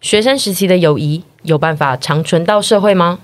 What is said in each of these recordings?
学生时期的友谊有办法长存到社会吗？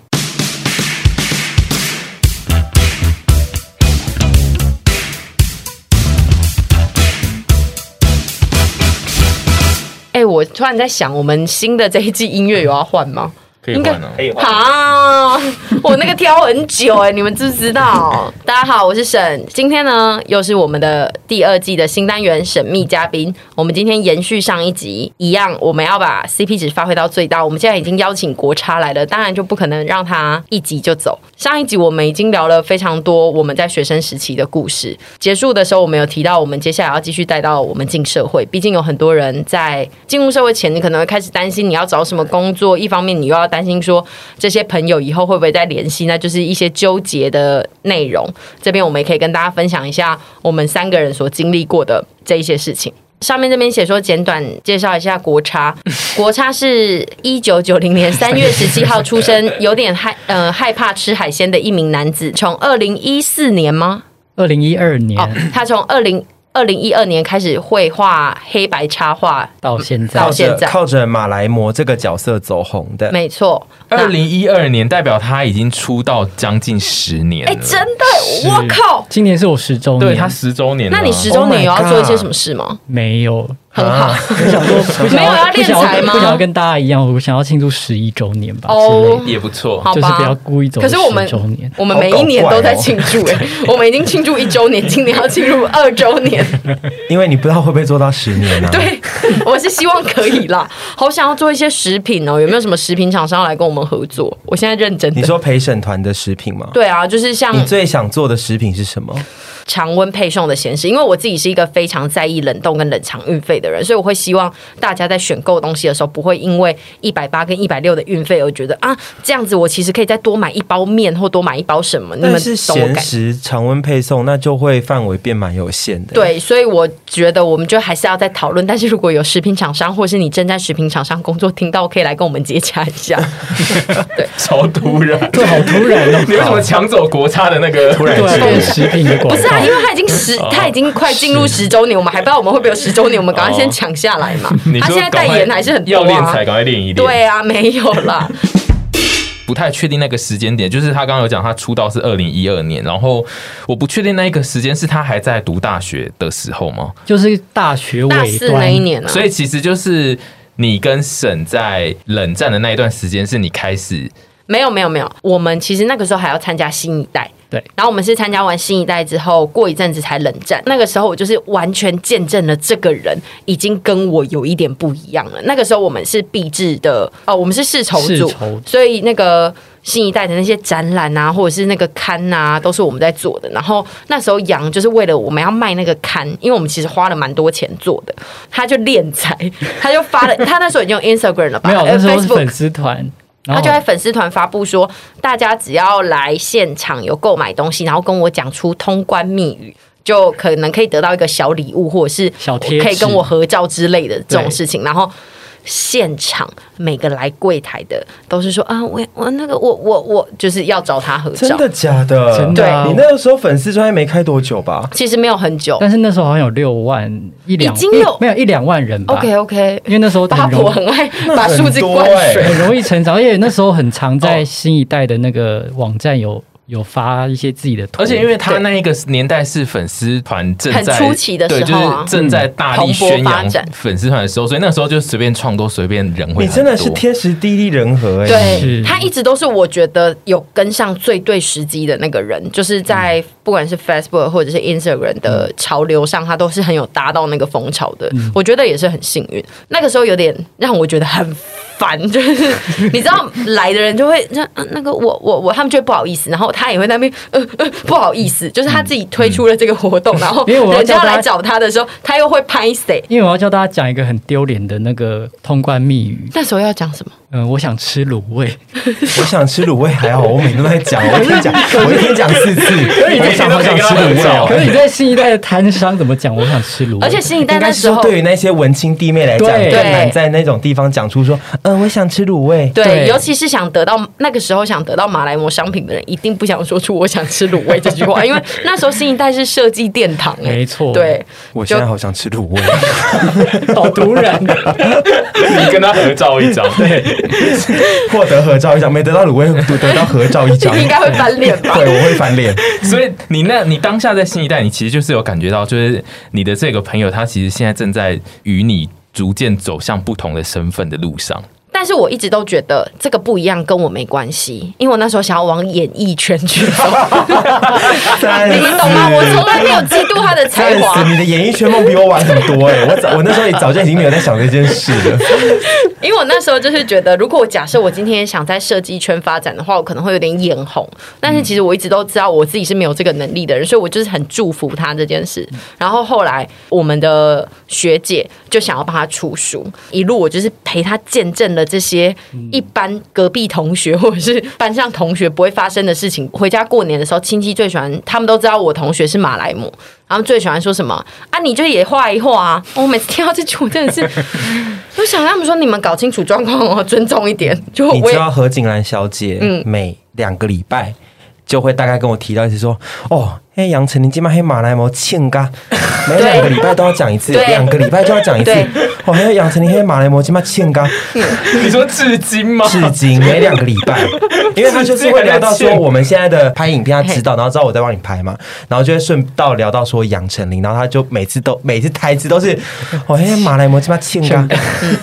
哎、我突然在想，我们新的这一季音乐有要换吗？可以换哦、可以换啊，我那个挑很久哎、你们知不知道？大家好，我是沈，今天呢又是我们的第二季的新单元神秘嘉宾。我们今天延续上一集一样，我们要把 CP 值发挥到最大。我们现在已经邀请国差来了，当然就不可能让他一集就走。上一集我们已经聊了非常多我们在学生时期的故事，结束的时候我们有提到，我们接下来要继续带到我们进社会，毕竟有很多人在进入社会前，你可能会开始担心你要找什么工作，一方面你又要担心说这些朋友以后会不会再联系，那就是一些纠结的内容。这边我们也可以跟大家分享一下我们三个人所经历过的这一些事情。上面这边写说，简短介绍一下国差。国差是一九九零年三月十七号出生，有点害呃害怕吃海鲜的一名男子。从二零一四年吗？二零一二年哦，他从二零二零一二年开始绘画黑白插画，到现到在，现在靠着马来魔这个角色走红的，没错。那二零一二年代表他已经出道将近十年哎、了，真的，我靠！今年是我十周对年，他十周年了啊，那你十周年有 Oh my 要 God 做一些什么事吗？没有，很好，我想说不没想有要要不练想财要吗不想要跟大家一样，我想要庆祝十一周年吧之类哦的，也不错，好就是不要吧。故意走可是我们十周年。我们每一年都在庆祝、哦哎、 我们已经庆祝一周年，今年要庆祝二周 年。因为你不知道会不会做到十年啊。， 对，我是希望可以啦。好想要做一些食品哦，有没有什么食品厂商要来跟我们合作？我现在认真你的。说陪审团的食品吗？对啊，就是像你最想做的食品是什么？常温配送的显示，因为我自己是一个非常在意冷冻跟冷藏运费的人，所以我会希望大家在选购东西的时候，不会因为一百八跟一百六的运费而觉得啊，这样子我其实可以再多买一包面或多买一包什么，你们但是懂我咸感觉。食常温配送，那就会范围变蛮有限的。，对，所以我觉得我们就还是要再讨论。但是如果有食品厂商，或是你正在食品厂商工作，听到可以来跟我们接洽一 下。超突然，这好突然哦！ 你为什么抢走国差的那个？突突然变食品的广告？不是啊，因为他已经十，他已经快进入十周年，我们还不知道我们会不会有十周年，我们赶快先抢下来嘛。 你他说现在代言还是很多要练啊才，赶快练一练。，对啊，没有啦。不太确定那个时间点，就是他刚刚有讲他出道是二零一二年，然后我不确定那个时间是他还在读大学的时候吗？就是大学大尾四端那一年啊，所以其实就是你跟沈在冷战的那一段时间，是你开始没有没有没有，我们其实那个时候还要参加新一代。对，然后我们是参加完新一代之后，过一阵子才冷战。那个时候我就是完全见证了这个人已经跟我有一点不一样了。那个时候我们是毕制的，哦，我们是世仇组世仇，所以那个新一代的那些展览啊，或者是那个刊啊，都是我们在做的。然后那时候杨就是为了我们要卖那个刊，因为我们其实花了蛮多钱做的，他就敛财，他就发了，他那时候已经有 Instagram 了吧？ 没有，那时候呃是 Facebook 粉丝团，他然后就在粉丝团发布说，大家只要来现场有购买东西，然后跟我讲出通关密语，就可能可以得到一个小礼物，或者是小贴纸可以跟我合照之类的这种事情。然后现场每个来柜台的都是说啊，我我那个我我我就是要找他合真照。的假的？真的啊你那个时候粉丝专业没开多久吧？其实没有很久但是那时候好像有六万一两，已经有一没有一两万人吧，OK OK，因为 那时候八很婆容很爱那把很数字多灌欸水。很容易成长，而且那时候很常哦在新一代的那个网站有有发一些自己的图，啊而且因为他那一个年代是粉丝团正在很初期的时候啊对，就是正在大力宣蓬勃发扬展粉丝团的时候，所以那时候就随便创作，随便人会啊你真的是很多 天时地利人和哎、对是他一直都是我觉得有跟上最对时机的那个人，就是在嗯不管是 Facebook 或者是 Instagram 的潮流上，他都是很有搭到那个风潮的。嗯我觉得也是很幸运。那个时候有点让我觉得很烦， 就是你知道来的人就会那啊那个我我我，他们就会不好意思，然后他也会在那边呃呃不好意思，就是他自己推出了这个活动，然后嗯因为我要人家叫他来找他的时候，他又会拍谁？因为我要教大家讲一个很丢脸的那个通关密语，那时候要讲什么？嗯、我想吃卤味，我想吃卤味还好，我每天都在讲，我一天讲，我一天讲 四次，我想好想吃卤味 哦。可是你在新一代的摊商怎么讲？我想吃卤味，而且新一代应那该是时说候，对于那些文青弟妹来讲，对更难在那种地方讲出说，嗯、我想吃卤味。对，对尤其是想得到那个时候想得到马来模商品的人，一定不不想说出“我想吃卤味”这句 话，因为那时候新一代是设计殿堂、哎，没错对，我现在好想吃卤味， 好毒人，你跟他合照一张，对， 获得合照一张，没得到卤味，得到合照一 张，应该会翻脸 吧？对，我会翻脸。所以你那，你当下在新一代，你其实就是有感觉到，就是你的这个朋友，他其实现在正在与你逐渐走向不同的身份的路上。但是我一直都觉得这个不一样跟我没关系，因为我那时候想要往演艺圈去 走， 哎你们懂吗？我从来没有嫉妒他的才但华是，你的演艺圈梦比我晚很多哎、我早我那时候也早就已经没有在想这件事了。因为我那时候就是觉得，如果我假设我今天想在设计圈发展的话，我可能会有点眼红。但是其实我一直都知道我自己是没有这个能力的人，所以我就是很祝福他这件事。然后后来我们的学姐就想要帮他出书，一路我就是陪他见证了这些一般隔壁同学或者是班上同学不会发生的事情。回家过年的时候，亲戚最喜欢，他们都知道我同学是马来姆。他们最喜欢说什么 啊？你就也画一画啊！我每次听到这句，我真的是，我想跟他们说，你们搞清楚状况哦，尊重一点。 就你我知也道何景兰小姐，嗯每两个礼拜就会大概跟我提到一次说，哦，嘿，杨丞琳今晚黑马来毛欠嘎， 每两个礼拜都要讲一次，对两个礼拜就要讲一次对，哦，还有杨丞琳黑马来毛今晚欠嘎，你说至今吗？至今每两个礼拜，因为他就是会聊到说我们现在的拍影片，他指 导，然后知道我在帮你拍嘛，然后就会顺道聊到说杨丞琳，然后他就每次都每次台词都是，哦，嘿，马来毛今晚欠 嘎，嗯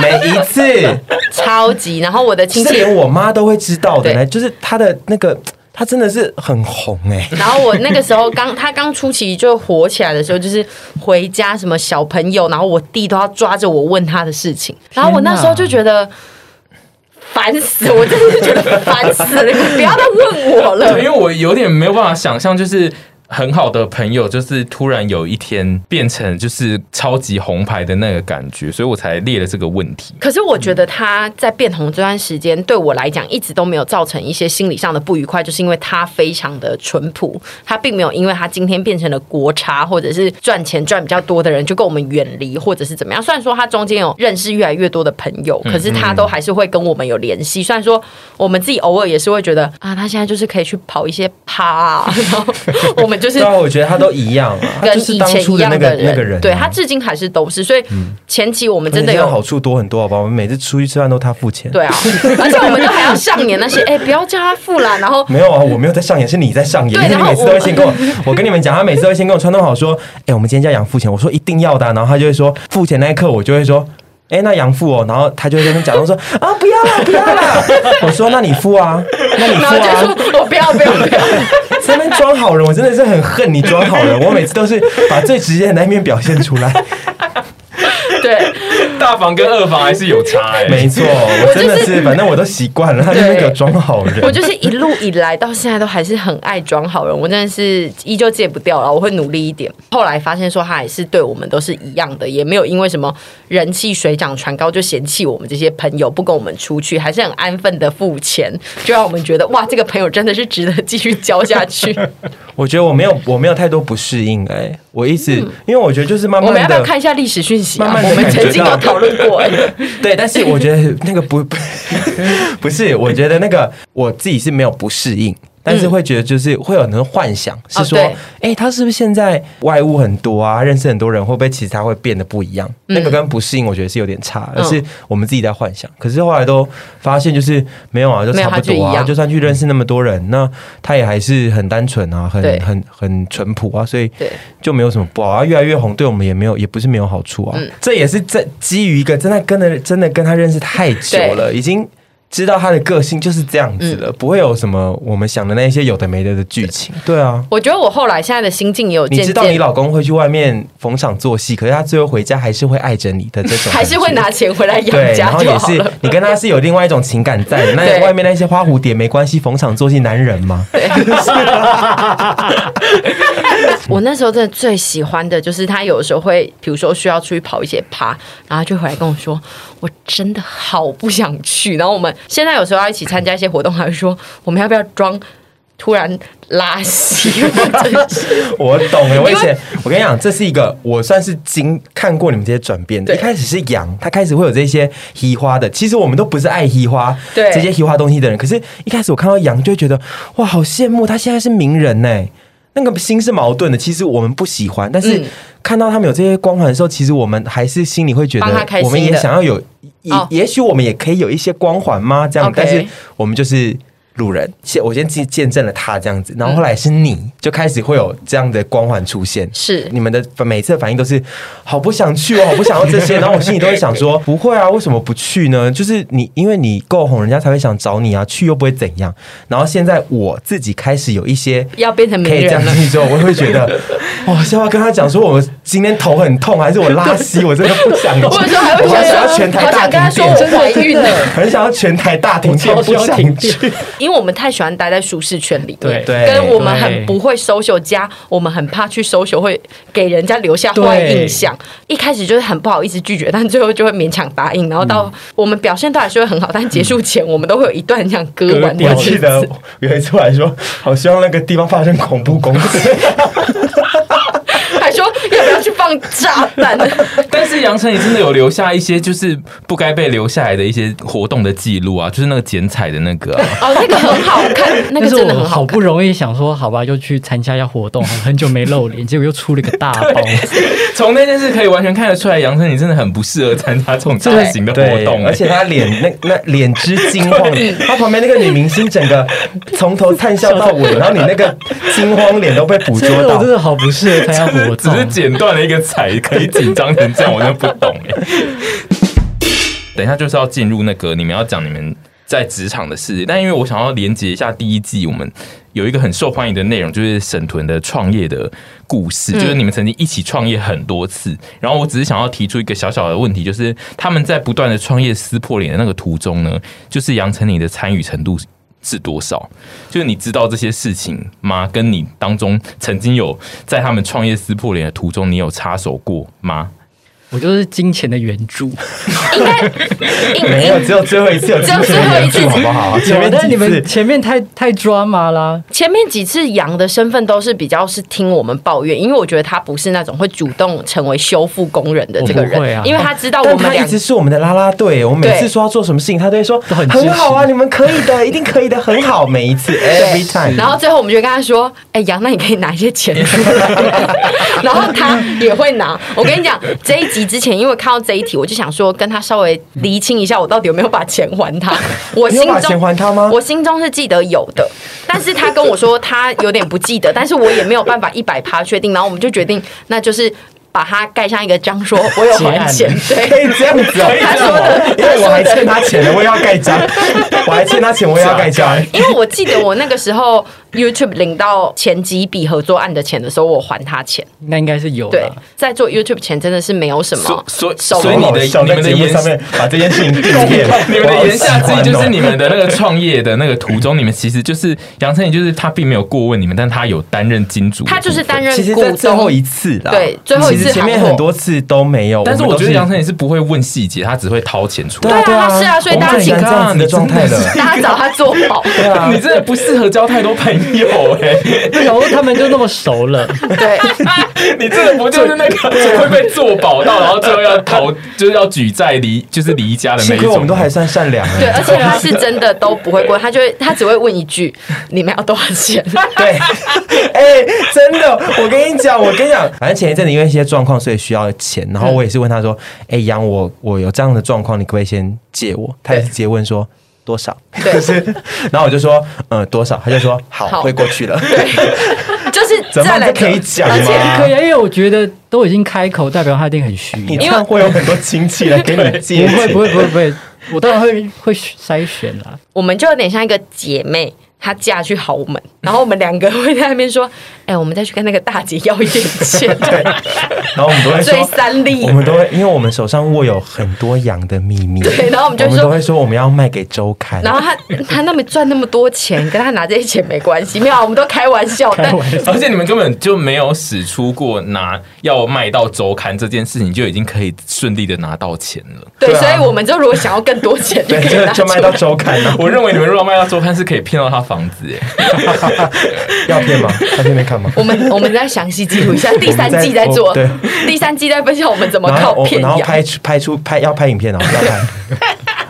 每一次。超级。然后我的亲是戚连，我妈都会知道的呢，对就是她的那个，她真的是很红哎、然后我那个时候刚 他刚出期就火起来的时候，就是回家什么小朋友，然后我弟都要抓着我问他的事情，然后我那时候就觉得。烦死！我真的是觉得烦死了，你们不要再问我 了。对，因为我有点没有办法想象，就是很好的朋友，就是突然有一天变成就是超级红牌的那个感觉，所以我才列了这个问题。可是我觉得他在变红这段时间，对我来讲一直都没有造成一些心理上的不愉快，就是因为他非常的淳朴，他并没有因为他今天变成了国差或者是赚钱赚比较多的人就跟我们远离或者是怎么样。虽然说他中间有认识越来越多的朋友，嗯可是他都还是会跟我们有联系。虽然说我们自己偶尔也是会觉得啊，他现在就是可以去跑一些趴、啊，然后我们就是 对啊，我觉得她都一样啊，她跟就是以当前一初的样那个的那个人啊、嗯对他至今还是都是。所以前期我们真的而且有她好处多很多，好吧？我们每次出去吃饭都她付钱。对啊，而且我们就还要上演那些，哎、不要叫他付啦，然后。没有啊，我没有在上演，是你在上演。对因为你然后每次都会先跟我， 我跟你们讲，她每次都会先跟我穿那么好说，哎、我们今天叫杨付钱，我说一定要的啊、然后她就会说付钱那一刻，我就会说。哎、那杨付哦，然后她就会在那边假装说啊，不要啦，不要啦。 我说那你付啊，那你然付后就啊。说：“哦我不要，不要，不要！在那边装好人，我真的是很恨你装好人。我每次都是把最直接的那一面表现出 来，对，大房跟二房还是有差哎、没错，我真的是，反正我都习惯了，他就是给我装好人。我就是一路以来到现在都还是很爱装好人，我真的是依旧戒不掉了。我会努力一点。后来发现说，他也是对我们都是一样的，也没有因为什么人气水涨船高就嫌弃我们这些朋友不跟我们出去，还是很安分的付钱，就让我们觉得哇，这个朋友真的是值得继续交下去。我觉得我没有，我没有太多不适应哎、我一直，因为我觉得就是慢嗯我们要慢不要的，看一下历史讯息啊？慢慢地我们曾经有感觉到讨论过、哎 对，但是我觉得那个不 不是，我觉得那个我自己是没有不适应。但是会觉得就是会有很多幻想，是说，哦哎、对他是不是现在外物很多啊，认识很多人，会不会其实他会变得不一样？嗯那个跟不适应，我觉得是有点差，而是我们自己在幻想。可是后来都发现就是没有啊，就没有差不他就多一啊，样就算去认识那么多人，那他也还是很单纯啊，很对很很淳朴啊，所以对就没有什么不好啊。越来越红，对我们也没有，也不是没有好处啊。嗯这也是在基于一个真的跟的真的跟他认识太久了，已经知道他的个性就是这样子了，嗯不会有什么我们想的那些有的没的的剧情。对啊，我觉得我后来现在的心境也有你渐知道你渐，老公会去外面逢场作戏，可是他最后回家还是会爱着你的这种， 还是会。拿钱回来 对养，然家后就也好是 了。你跟他是有另外一种情感在的，那对外面那些花蝴蝶没关系，逢场作戏男人嘛。我那时候真的最喜欢的就是他有的时候会，比如说需要出去跑一些趴，然后就回来跟我说，我真的好不想去。然后我们现在有时候要一起参加一些活动，还会说我们要不要装。突然拉 稀，我真是我懂了，我以前我跟你讲，这是一个我算是经看过你们这些转变的。对一开始是羊，它开始会有这些嘻花的。其实我们都不是爱嘻花，对这些嘻花东西的人。可是，一开始我看到羊，就会觉得哇，好羡慕，他现在是名人呢、欸那个心是矛盾的，其实我们不喜欢，但是嗯看到他们有这些光环的时候，其实我们还是心里会觉帮他开心得，的我们也想要有，也哦也许我们也可以有一些光环吗？这样 OK，但是我们就是路人。现我先见见证了他这样子，然后后来是你，就开始会有这样的光环出现。是你们的每次的反应都是好不想去哦，好 不想要这些，然后我心里都会想说， 不会啊，为什么不去呢？就是你，因为你够红，人家才会想找你啊，去又不会怎样。然后现在我自己开始有一些要变成名可以这样人了。去之后，我会觉得， 哇，是要跟他讲说我今天头很痛，还是我拉稀，我真的 不想去，或者说还会觉我想要得全台好大想跟他停说电我。怀孕了，很想要全台大停电，我超需不要停想电去。因为我们太喜欢待在舒适圈里面，对对跟我们对很不会 social 加，我们很怕去 social 会给人家留下坏印象。一开始就是很不好意思拒绝，但最后就会勉强答应，然后嗯到我们表现都还是会很好，但结束前我们都会有一段像割腕割的我掉日记子。 得有一次我还说，好希望那个地方发生恐怖攻击。还说要不要去放炸弹？但是杨丞也真的有留下一些就是不该被留下来的一些活动的记录啊，就是那个剪彩的那个 啊、哦，那个很好看，那个但是真的我很好好看。不容易想说，好吧，又去参加一下活动，很久没露脸，结果又出了个大 包。从那件事可以完全看得出来，杨丞你真的很不适合参加这种 大型的活对，动、欸而且他脸那那脸之金黄， 他旁边那个女明星整个从头灿笑到 尾，然后你那个金黄脸都被捕这捉个我到真。的好不适合参加活 只是动。剪断了一个彩，可以紧张成这样，我真的不懂哎、等一下就是要进入那个你们要讲你们在职场的事，但因为我想要连接一下第一季我们。有一个很受欢迎的内容，就是沈屯的创业的故事，就是你们曾经一起创业很多次。然后我只是想要提出一个小小的问题，就是他们在不断的创业撕破脸的那个途中呢，就是杨丞琳的参与程度是多少？就是你知道这些事情吗？跟你当中曾经有在他们创业撕破脸的途中，你有插手过吗？我就是金钱的援助，没有，只有最后一次有只有最后一次好不好？前面哦但是几你们次前面太太抓马啦，前面几次羊的身份都是比较是听我们抱怨，因为我觉得他不是那种会主动成为修复工人的这个哦我人不会，啊因为他知道我但们他两一直是我们的啦啦队，我们每次说要做什么事情，他都会说都很支持好啊，你们可以的，一定可以的，很好，每一次 every time。然后最后我们就跟他说：“哎、杨，那你可以拿一些钱出 来。” 然后他也会拿。我跟你讲，这一集之前，因为看到这一题，我就想说跟他稍微厘清一下，我到底有没有把钱还他。我你心有把钱中还他吗我心中是记得有的，但是他跟我说他有点不记得，但是我也没有办法一百趴确定。然后我们就决定，那就是。把它盖上一个章，说我有还钱，对，可以这样子哦，他说的因为我还欠他钱的，我也要盖章，我还欠他钱，我也要盖章。因为我记得我那个时候 YouTube 领到前几笔合作案的钱的时候，我还他钱。那应该是有对啦。，在做 YouTube 前真的是没有什么所所手所以你的小你在们的节目言，上面把这件事情定义了 你们的言下之意就我好喜欢是哦你们的那个创业的那个途中，你们其实就是杨丞琳，就是他并没有过问你们，但他有担任金主，他就是担。任其实股在东。最后一次啦，对最后一次其实前面喊我很多次都没有，但是我们觉都得杨丞琳是不会问细节，他只会掏钱出对来。啊对对啊啊是啊所以我们大家很请难这看样子的状态了， 大家找他做保， 对啊你，真的不适合交太多朋友哎、 然后他们就那么熟 了，对，你这个不就是那个会被做保到，然后最后要逃，就是要举债离，就是离家的那幸一亏种。我们都还算善良对，哎，而且他是真的都不会过，他就会他只会问一句：“你们要多少钱对， 哎，真的，我跟你讲，我跟你讲，反正前一阵子因为一些状况，所以需要钱，然后我也是问他说，哎，杨，我我有这样的状况，你可不可以先借我？他也是直接问说。多少？对就是，然后我就说，嗯，多少？他就说好，好会过去了。？”就是再怎么办来这可以讲吗而且可以啊，因为我觉得都已经开口，代表他一定很虚。你为这样会有很多亲戚来给你借不钱，会不会不会不 会，我当然会会筛选啦。我们就有点像一个姐妹，她嫁去豪门，然后我们两个会在那边说：“哎，我们再去跟那个大姐要一点钱。” 对，然后我们都会追说，三立我，们都会，因为我们手上握有很多羊的秘密，对然后我们就会说都会说我们要卖给周刊，然后他他那么赚那么多钱，跟他拿这些钱没关系，没有啊，我们都开玩笑，但而且你们根本就没有使出过拿要卖到周刊这件事情，就已经可以顺利的拿到钱了。对，对啊所以我们就如果想要更多钱，就对，可以就拿就出卖来。到周刊了。我认为你们如果卖到周刊是可以骗到他房子、欸，要骗吗？要骗没看吗？我们我们再详细记录一下，第三季再 我做对，第三季再分享我们怎么然靠后我骗然后羊。 拍出拍出拍要拍影片哦，要拍。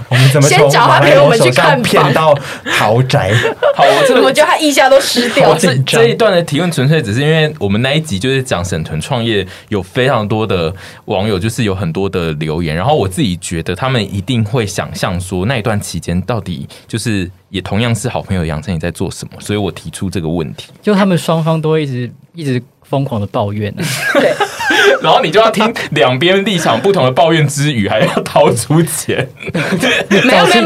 我们怎么先从找他马来陪我龙们去手上看骗房到豪 宅？好，我这怎么个觉得他腋下都湿掉 我了？这紧张这一段的提问纯粹只是因为我们那一集就是讲沈屯创业，有非常多的网友就是有很多的留言，然后我自己觉得他们一定会想象说那一段期间到底就是也同样是好朋友杨振宇在做什么，所以我提出这个问题， 就他们双方都会一直一直疯狂的抱怨、 啊， 对，然后你就要听两边立场不同的抱怨之余，还要掏出钱，没有没有没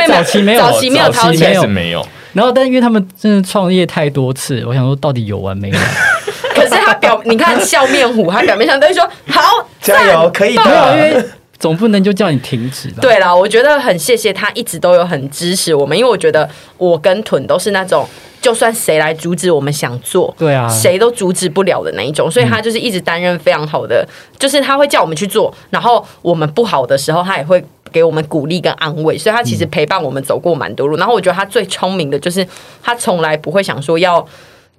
有早期没有早期没有早掏期没钱有，是没有，然后但因为他们真的创业太多次，我想说到底有完没完？ 可是他表你看笑面虎，他表面上都会说好加油，可以对没有，因的。为总不能就叫你停止吧？，对啦，我觉得很谢谢他一直都有很支持我们，因为我觉得我跟屯都是那种，就算谁来阻止我们想做，对啊谁都阻止不了的那一种，所以他就是一直担任非常好的，就是他会叫我们去做，然后我们不好的时候，他也会。给我们鼓励跟安慰，所以他其实陪伴我们走过蛮多路。然后我觉得他最聪明的就是，他从来不会想说要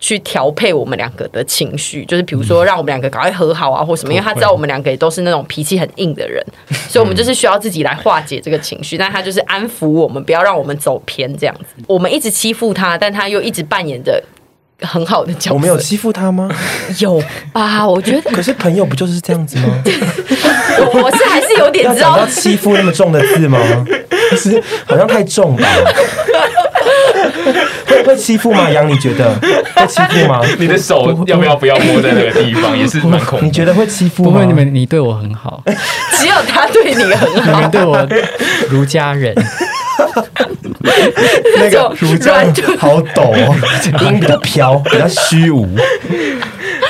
去调配我们两个的情绪，就是比如嗯说让我们两个赶快和好啊，或什么，因为他知道我们两个也都是那种脾气很硬的人，嗯所以我们就是需要自己来化解这个情绪。但他就是安抚我们，不要让我们走偏这样子。嗯我们一直欺负他，但他又一直扮演着很好的角色。我 们有欺负他吗？有吧？我觉得可是朋友不就是这样子 吗？我我是还是有点要知讲道到，欺负那么重的字吗？ 是好像太重吧？ 会会欺负吗？杨，你觉得会欺负吗？你的手要不要不要摸在那个地方，也是蛮恐怖你。觉得会欺负吗？不会，你们你对我很好，只有他对你很你好们，对我如家人， 那就个儒家软就好抖哦，音比较飘，比较虚无。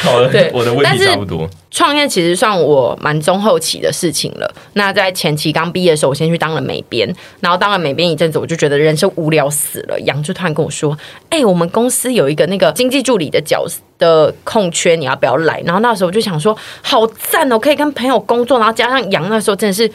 好的对，我的问但题是差不多。创业其实算我蛮中后期的事情了。那在前期刚毕业的时候，我先去当了美编，然后当了美编一阵子，我就觉得人生无聊死了。杨就突然跟我说：“哎、我们公司有一个那个经济助理的角色的空缺，你要不要来？”然后那时候我就想说：“好赞哦，可以跟朋友工作。”然后加上杨那时候真的是。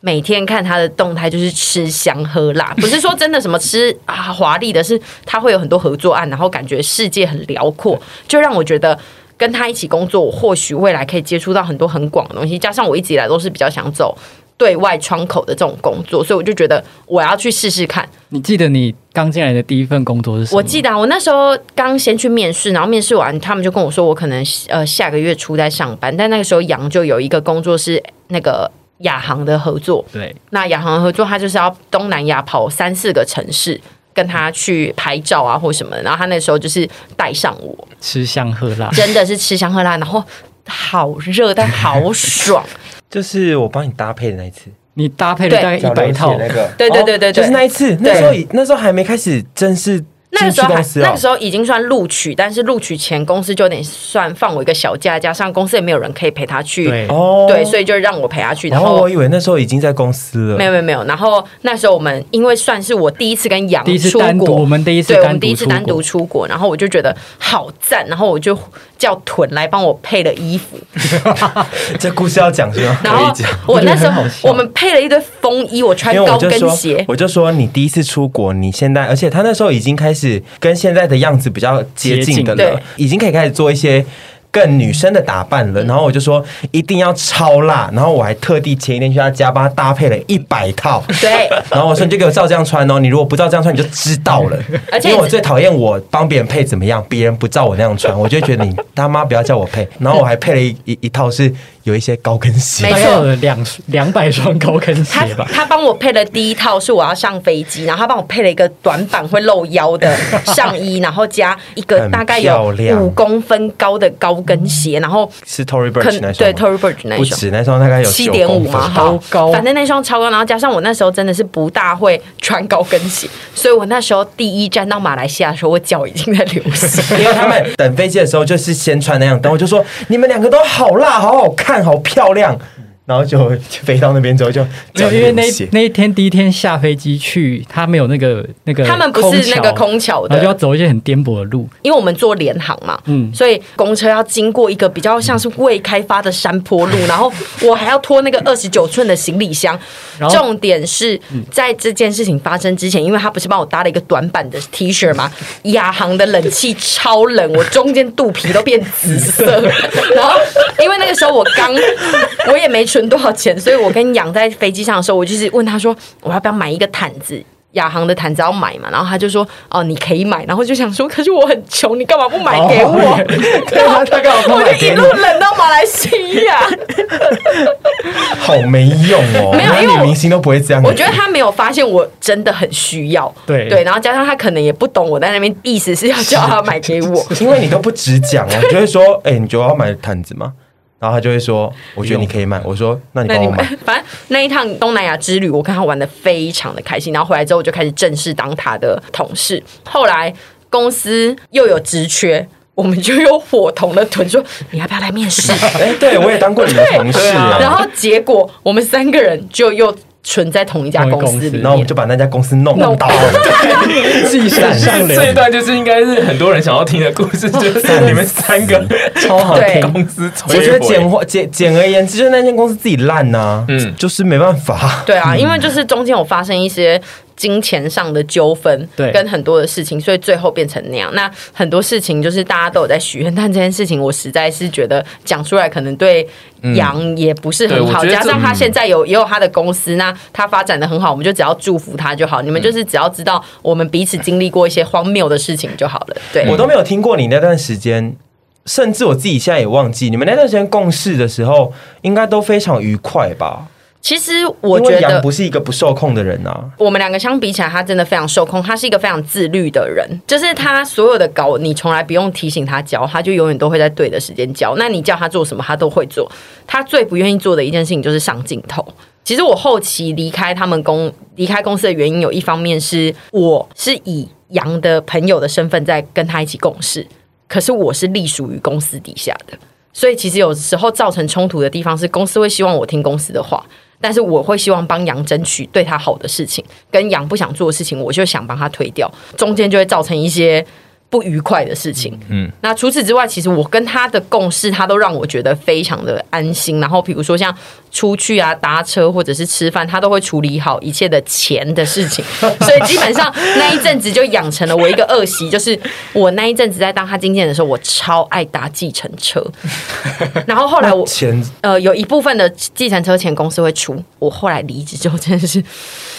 每天看他的动态就是吃香喝辣， 不是说真的什么吃啊华丽的，是他会有很多合作案，然后感觉世界很辽阔，就让我觉得跟他一起工作，我或许未来可以接触到很多很广的东西。加上我一直以来都是比较想走对外窗口的这种工作，所以我就觉得我要去试试看。你记得你刚进来的第一份工作是什么？我记得啊、我那时候刚先去面试，然后面试完，他们就跟我说我可能呃下个月初在上班，但那个时候杨就有一个工作是那个亚航的合作，对，那亚航合作，他就是要东南亚跑三四个城市，跟他去拍照啊或什么的。然后他那时候就是带上我，吃香喝辣，真的是吃香喝辣，然后好热但好爽。就是我帮你搭配的那一次，你搭配了对哎大概一百套，那 个，对对对对对哦就是那一次。对那时候已那时候还没开始正式那个进时去候还公司那哦个。时候已经算录取，但是录取前公司就有点算放我一个小假，加上公司也没有人可以陪他去，对哦对所以就让我陪他去。然然后后我以为那时候已经在公司了，没有没有没有，然后那时候我们因为算是我第一次跟杨第一次出单独国，我们第一次对，单我独们第一次出国单独出国，然后我就觉得好赞，然后我就叫屯来帮我配了衣服， 这故事要讲是吗？ 然后我那时候我们配了一堆风衣，我穿因为高我就跟说鞋，，我就说你第一次出国，你现在，而且他那时候已经开始跟现在的样子比较接近的接近了对，已经可以开始做一些。更女生的打扮嗯了，然后我就说一定要超辣，然后我还特地前一天去他家帮他搭配了一百套， 对，然后我说你就给我照这样穿哦，你如果不照这样穿你就知道了，而且因为我最讨厌我帮别人配怎么样，别人不照我那样穿，我就觉得你他妈不要叫我配，然后我还配了一一一套是有一些高跟鞋没大错，概有两两百双高跟他鞋吧。他帮我配了第一套是我要上飞机，然后他帮我配了一个短版会露腰的上衣， 然后加一个很大概漂有亮五公分高的高跟鞋，然后是 Tory 可 Burch 那双对吗 Tory Burch 那一不双。止那双大概有七9点公五分嘛，吧好高反正那双超高，然后加上我那时候真的是不大会穿高跟鞋，所以我那时候第一站到马来西亚的时候，我脚已经在流血。 因为他们等飞机的时候就是先穿那样，等我就说你们两个都好辣，好好看，好漂亮。然后就飞到那边之后就没有，因为那流血那一天第一天下飞机去，他没有那个那个，他们不是那个空桥然后就要的，走一些很颠簸的路，因为我们坐联航嘛，嗯所以公车要经过一个比较像是未开发的山坡 路，然后我还要拖那个二十九寸的行李箱。然后重点是在这件事情发生之前，因为他不是帮我搭了一个短版的 T 恤 嘛，亚航的冷气超冷，我中间肚皮都变紫色。 然后因为那个时候我刚，我也没存多少钱，所以我跟养在飞机上的时候，我就是问他说，我要不要买一个毯子？亚航的毯子要买嘛，然后他就说：“哦，你可以买。”然后我就想说：“可是我很穷，你干嘛不买给我？”然后哦对他 干嘛不 我买就给一你路冷到马来西亚。好没用哦，没有因为我女明星都不会这 样。我觉得他没有发现我真的很需要，对对，然后加上他可能也不懂我在那边意思是要叫他买给我， 因为你都不直讲哦，你就会说，哎、你觉得我要买毯子吗？然后他就会说，我觉得你可以买。我说，那你那帮你我们买。 反正那一趟东南亚之旅，我跟他玩的非常的开心。然后回来之后，我就开始正式当他的同事。后来公司又有职缺，我们就又伙同了屯说， 你要不要来面试？哎、对我也当过 你的同事、啊，然后结果我们三个人就又存在同一家同一公公司司里然后我面们就。把那家公司弄弄倒倒了。自身上流这一段 就是应该是很多人想要听的故事，就是你们三个 超好对听。公司哎我觉摧得毁简。化简简而言之，就是那间公司自己烂呐、嗯嗯，就是没办法。对啊，因为就是中间有发生一些金钱上的纠纷，对跟很多的事情，所以最后变成那样。那很多事情就是大家都有在许愿，但这件事情我实在是觉得讲出来可能对杨也不是很好，嗯对我觉得加这嗯上他现在有也有他的公司，那他发展的很好，我们就只要祝福他就好。嗯你们就是只要知道我们彼此经历过一些荒谬的事情就好了。对，我都没有听过你那段时间，甚至我自己现在也忘记，你们那段时间共事的时候，应该都非常愉快吧？其实我因为觉杨得不是一个不受控的人啊。我们两个相比起来，他真的非常受控，他是一个非常自律的人，就是他所有的稿你从来不用提醒他交，他就永远都会在对的时间交。那你叫他做什么，他都会做。他最不愿意做的一件事情就是上镜头。其实我后期离开他们公离开公司的原因，有一方面是我是以杨的朋友的身份在跟他一起共事，可是我是隶属于公司底下的，所以其实有时候造成冲突的地方是公司会希望我听公司的话，但是我会希望帮杨争取对他好的事情，跟杨不想做的事情，我就想帮他推掉，中间就会造成一些不愉快的事情。嗯，那除此之外，其实我跟他的共识，他都让我觉得非常的安心。然后比如说像出去啊、搭车或者是吃饭，他都会处理好一切的钱的事情，所以基本上那一阵子就养成了我一个恶习，就是我那一阵子在当他经纪人的时候，我超爱搭计程车，然后后来我钱呃，有一部分的计程车钱公司会出。我后来离职之后，真的 是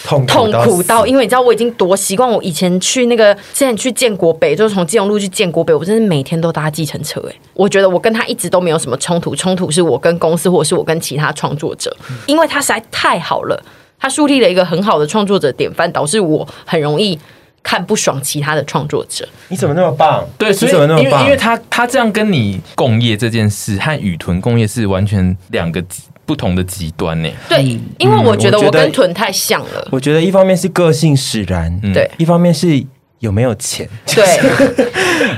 痛痛苦苦到到，死因为你知道我已经多习惯，我以前去那个之前去建国北，就是从基隆路去建国北，我真是每天都搭计程车、欸。我觉得我跟他一直都没有什么冲突，冲突是我跟公司或者是我跟其他创作者，嗯因为他实在太好了，他树立了一个很好的创作者典范，导致我很容易看不爽其他的创作者。你怎么那么棒？嗯对，所你以怎么那么因为棒？因为他他这样跟你共业这件事和与豚共业是完全两个极不同的极端呢。对，因为我觉得嗯我觉我得跟屯太像了。我觉得一方面是个性使然，嗯对一方面是有没有钱。对，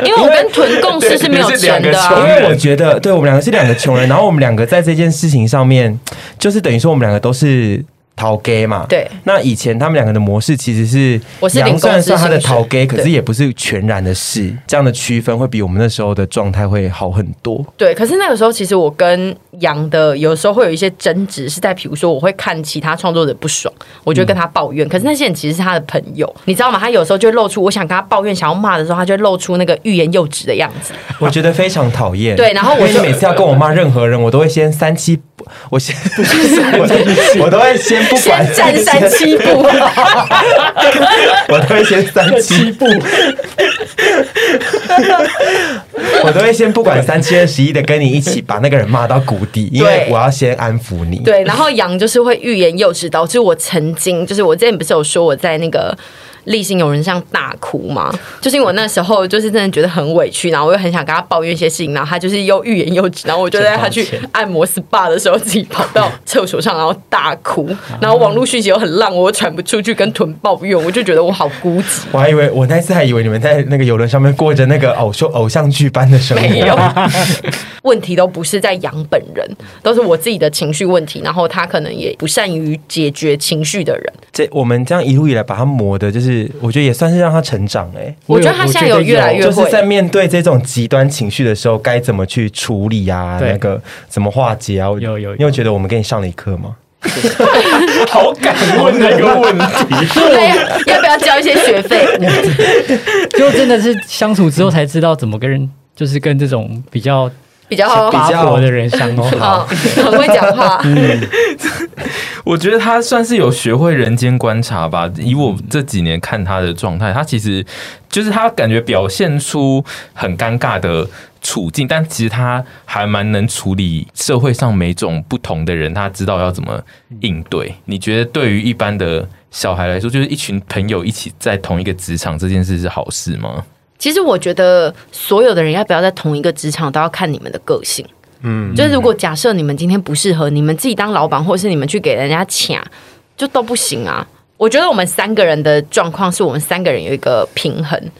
因为我跟屯共事是没有对你是钱的、两个啊穷。因为我觉得，对我们两个是两个穷人，然后我们两个在这件事情上面，就是等于说我们两个都是逃 gay 嘛。对那以前他们两个的模式其实是，我是领杨公司虽然算他的薪水逃 gay，可是对也不是全然的事。这样的区分会比我们那时候的状态会好很多。对，可是那个时候其实我跟杨的有时候会有一些争执，是在比如说我会看其他创作者不爽，我就会跟他抱嗯怨。可是那些人其实是他的朋友，你知道吗？他有时候就会露出我想跟他抱怨、想要骂的时候，他就会露出那个欲言又止的样子。 我觉得非常讨厌。对然后我因为你就每次要跟我骂任何人，我都会先 三七，我先不是，我我都会先不管，先站三七 步，我都会先三七步，我都会先不管三七二十一的跟你一起把那个人骂到谷底，因为对我要先安抚 你。，对，然后杨就是会欲言又止，导致我曾经就是我之前不是有说我在那个。立新有人像大哭吗？就是因为我那时候就是真的觉得很委屈，然后我又很想跟他抱怨一些事情，然后他就是又欲言又止，然后我就在他去按摩 SPA 的时候，自己跑到厕所上，然后大哭，然后网络讯息又很烂，我又传不出去，跟屯抱怨，我就觉得我好孤寂。我还以为我那次还以为你们在那个游轮上面过着那个偶像偶像剧般的生没活， 有，问题都不是在养本人，都是我自己的情绪问题。然后他可能也不善于解决情绪的人，这我们这样一路以来把他磨的，就是我觉得也算是让他成长哎、我觉得他现在有越来越就会是 在面对这种极端情绪的时候，该怎么去处理啊？对那个怎么化解啊？我有有有你有觉得我们给你上了一课吗？ 好敢问那个问题，对，哎要不要交一些学 费？就真的是相处之后才知道怎么跟人，就是跟这种比较比较比较八婆的人相处。好，很会讲话。我觉得他算是有学会人间观察吧。以我这几年看他的状态，他其实就是他感觉表现出很尴尬的处境，但其实他还蛮能处理社会上每种不同的人，他知道要怎么应对。你觉得对于一般的小孩来说，就是一群朋友一起在同一个职场这件事是好事吗？其实我觉得所有的人要不要在同一个职场，都要看你们的个性。嗯，就是如果假设你们今天不适合，你们自己当老板，或是你们去给人家抢，就都不行啊。我觉得我们三个人的状况是我们三个人有一个平衡。嗯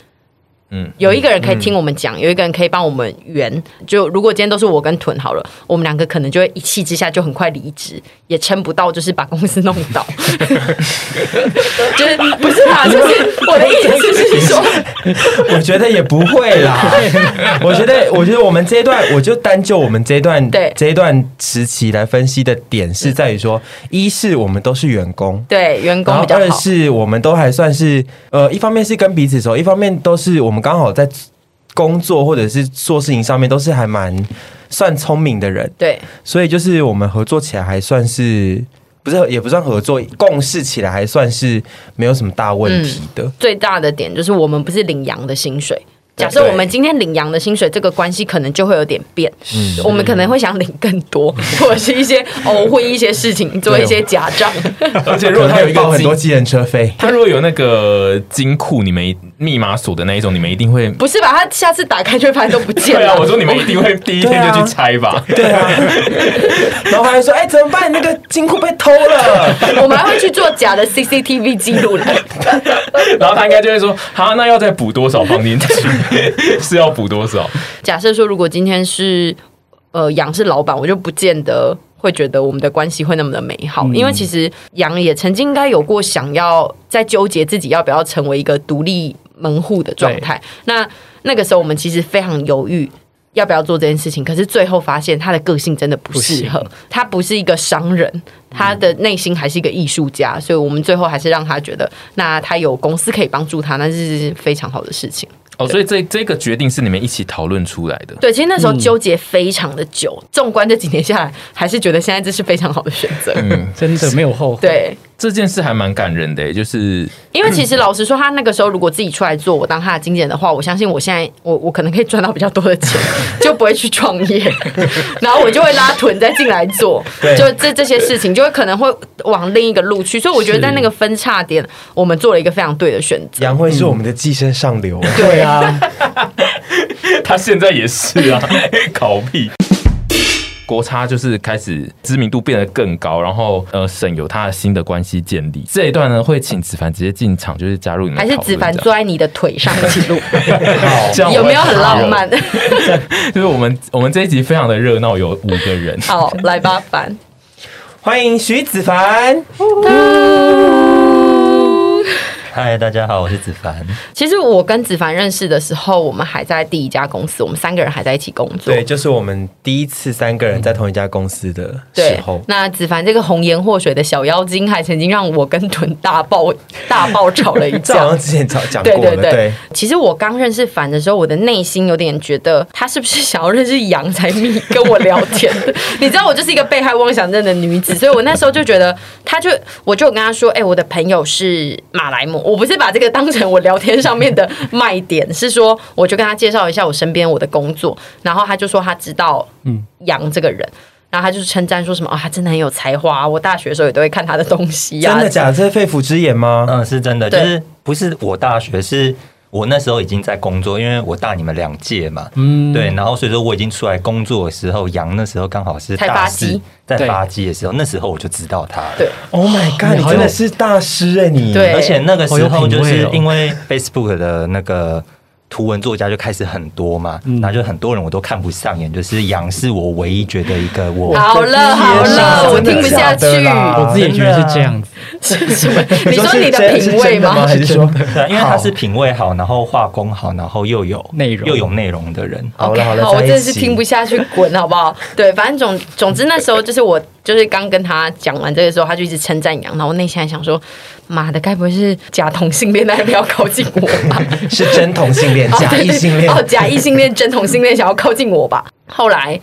嗯，有一个人可以听我们讲，有一个人可以帮我们圆。就如果今天都是我跟屯好了，我们两个可能就会一气之下就很快离职，也撑不到，就是把公司弄 倒。就是不是啦，就是我的意思是说，我觉得也不会啦。 我觉得，我觉得我们这一段，我就单就我们这一段对这一段时期来分析的点是在于说，一是我们都是员工。对员然工后比较二好。是我们都还算是呃，一方面是跟彼此熟，一方面都是我们刚好在工作或者是做事情上面都是还蛮算聪明的人，对，所以就是我们合作起来还算是不是也不算合作，共事起来还算是没有什么大问题的。最大的点就是我们不是领羊的薪水。假设我们今天领羊的薪水，这个关系可能就会有点变，嗯我们可能会想领更 多，或者是一些哦，会一些事情做一些假 账。而且如果他有一可能个会报很金多计程车 费，他如果有那个金库，你们一密码锁的那一种，你们一定会。不是吧？他下次打开就会发现都不见对了。啊，我说你们一定会第一天就去拆吧。对啊，然后他还说：“哎、怎么办？那个金库被偷了。 我们还会去做假的 CCTV 记录来。然后他应该就会说：“好，那要再补多少放进去？ 是要补多少假设说，如果今天是呃羊是老板，我就不见得会觉得我们的关系会那么的美好，因为其实羊也曾经应该有过想要在纠结自己要不要成为一个独立门户的状态。那那个时候我们其实非常犹豫。要不要做这件事情？可是最后发现他的个性真的不适合，他不是一个商人，他的内心还是一个艺术家，所以我们最后还是让他觉得，那他有公司可以帮助他，那是非常好的事情。？”哦，所以这这个决定是你们一起讨论出来的。对，其实那时候嗯纠结非常的久， 纵观这几年下来，还是觉得现在这是非常好的选择。嗯真的没有后悔。 对，这件事还蛮感人的，欸就是因为其实老实说，他那个时候如果自己出来做，我当他的经纪人的话，我相信我现在我我可能可以赚到比较多的钱， 就不会去创业， 然后我就会拉臀再进来做，对就这这些事情就会可能会往另一个路去。所以我觉得在那个分叉点，我们做了一个非常对的选择。杨慧是我们的寄生上流，对啊，他现在也是啊， 搞屁。国差就是开始知名度变得更高，然后呃，省有他的新的关系建立。这一段呢，会请子凡直接进场，就是加入你们还讨是论这子样。凡 坐在你的腿上记录，这样我有没有很会怕浪漫？ 就是我们我们这一集非常的热闹，有五 个人。好，来吧，凡。欢迎徐子凡。嗨，大家好，我是子凡。其实我跟子凡认识的时候，我们还在第一家公司，我们三个人还在一起工作。对，就是我们第一次三个人在同一家公司的对时候，，那子凡这个红颜祸水的小妖精，还曾经让我跟屯大爆大爆吵了一 这好架像。之前讲讲对过对了，对，其实我刚认识凡的时候，我的内心有点觉得他是不是想要认识羊才密跟我聊天的？你知道我就是一个被害妄想症的女子，所以我那时候就觉得，他就 我就有跟他说，哎、我的朋友是马来姆，我不是把这个当成我聊天上面的卖点，是说我就跟他介绍一下我身边我的工作，然后他就说他知道羊这个人。然后他就是称赞说什么啊，他真的很有才华，我大学的时候也都会看他的东西呀、真的假的？这是肺腑之言吗？嗯，是真的，就对是不是我大学是。我那时候已经在工作，因为我大你们两届嘛，嗯对，然后所以说我已经出来工作的时候，杨那时候刚好是才发大四机，在对发机的时候，那时候我就知道他了。对， Oh my god！你你好有真的是大师哎、你对而且那个时好有候品就味是哦因为 Facebook 的那个图文作家就开始很多嘛，然后就很多人我都看不上眼，就是杨是我唯一觉得一个我好了好了，我真的听不下假去的。啦我自己觉得真的啊是这样子，什么？你说是你的真是品味真的吗？还是说对啊因为他是品味好，然后画工好，然后又有内容又有内容的人。好了好了，好，我真的是在一起听不下去，滚好不好？对，反正总总之那时候就是我就是刚跟他讲完这个时候，他就一直称赞杨，然后我内心还想说，妈的，该不会是假同性恋那不要靠近我吧？是真同性恋、假异性恋哦，对哦，假异性恋、真同性恋想要靠近我吧？后来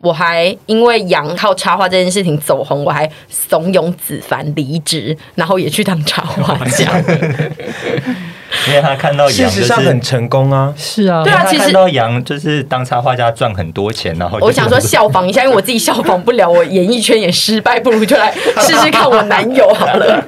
我还因为杨靠插画这件事情走红，我还怂恿子凡离职，然后也去当插画家。因为他看到事杨，就实是上很成功啊。是啊对，啊因为其他实看到杨就是当插画家赚很多钱，然后就我想说效仿一下，因为我自己效仿不了，我演艺圈也失败，不如就来试试看我男友好了。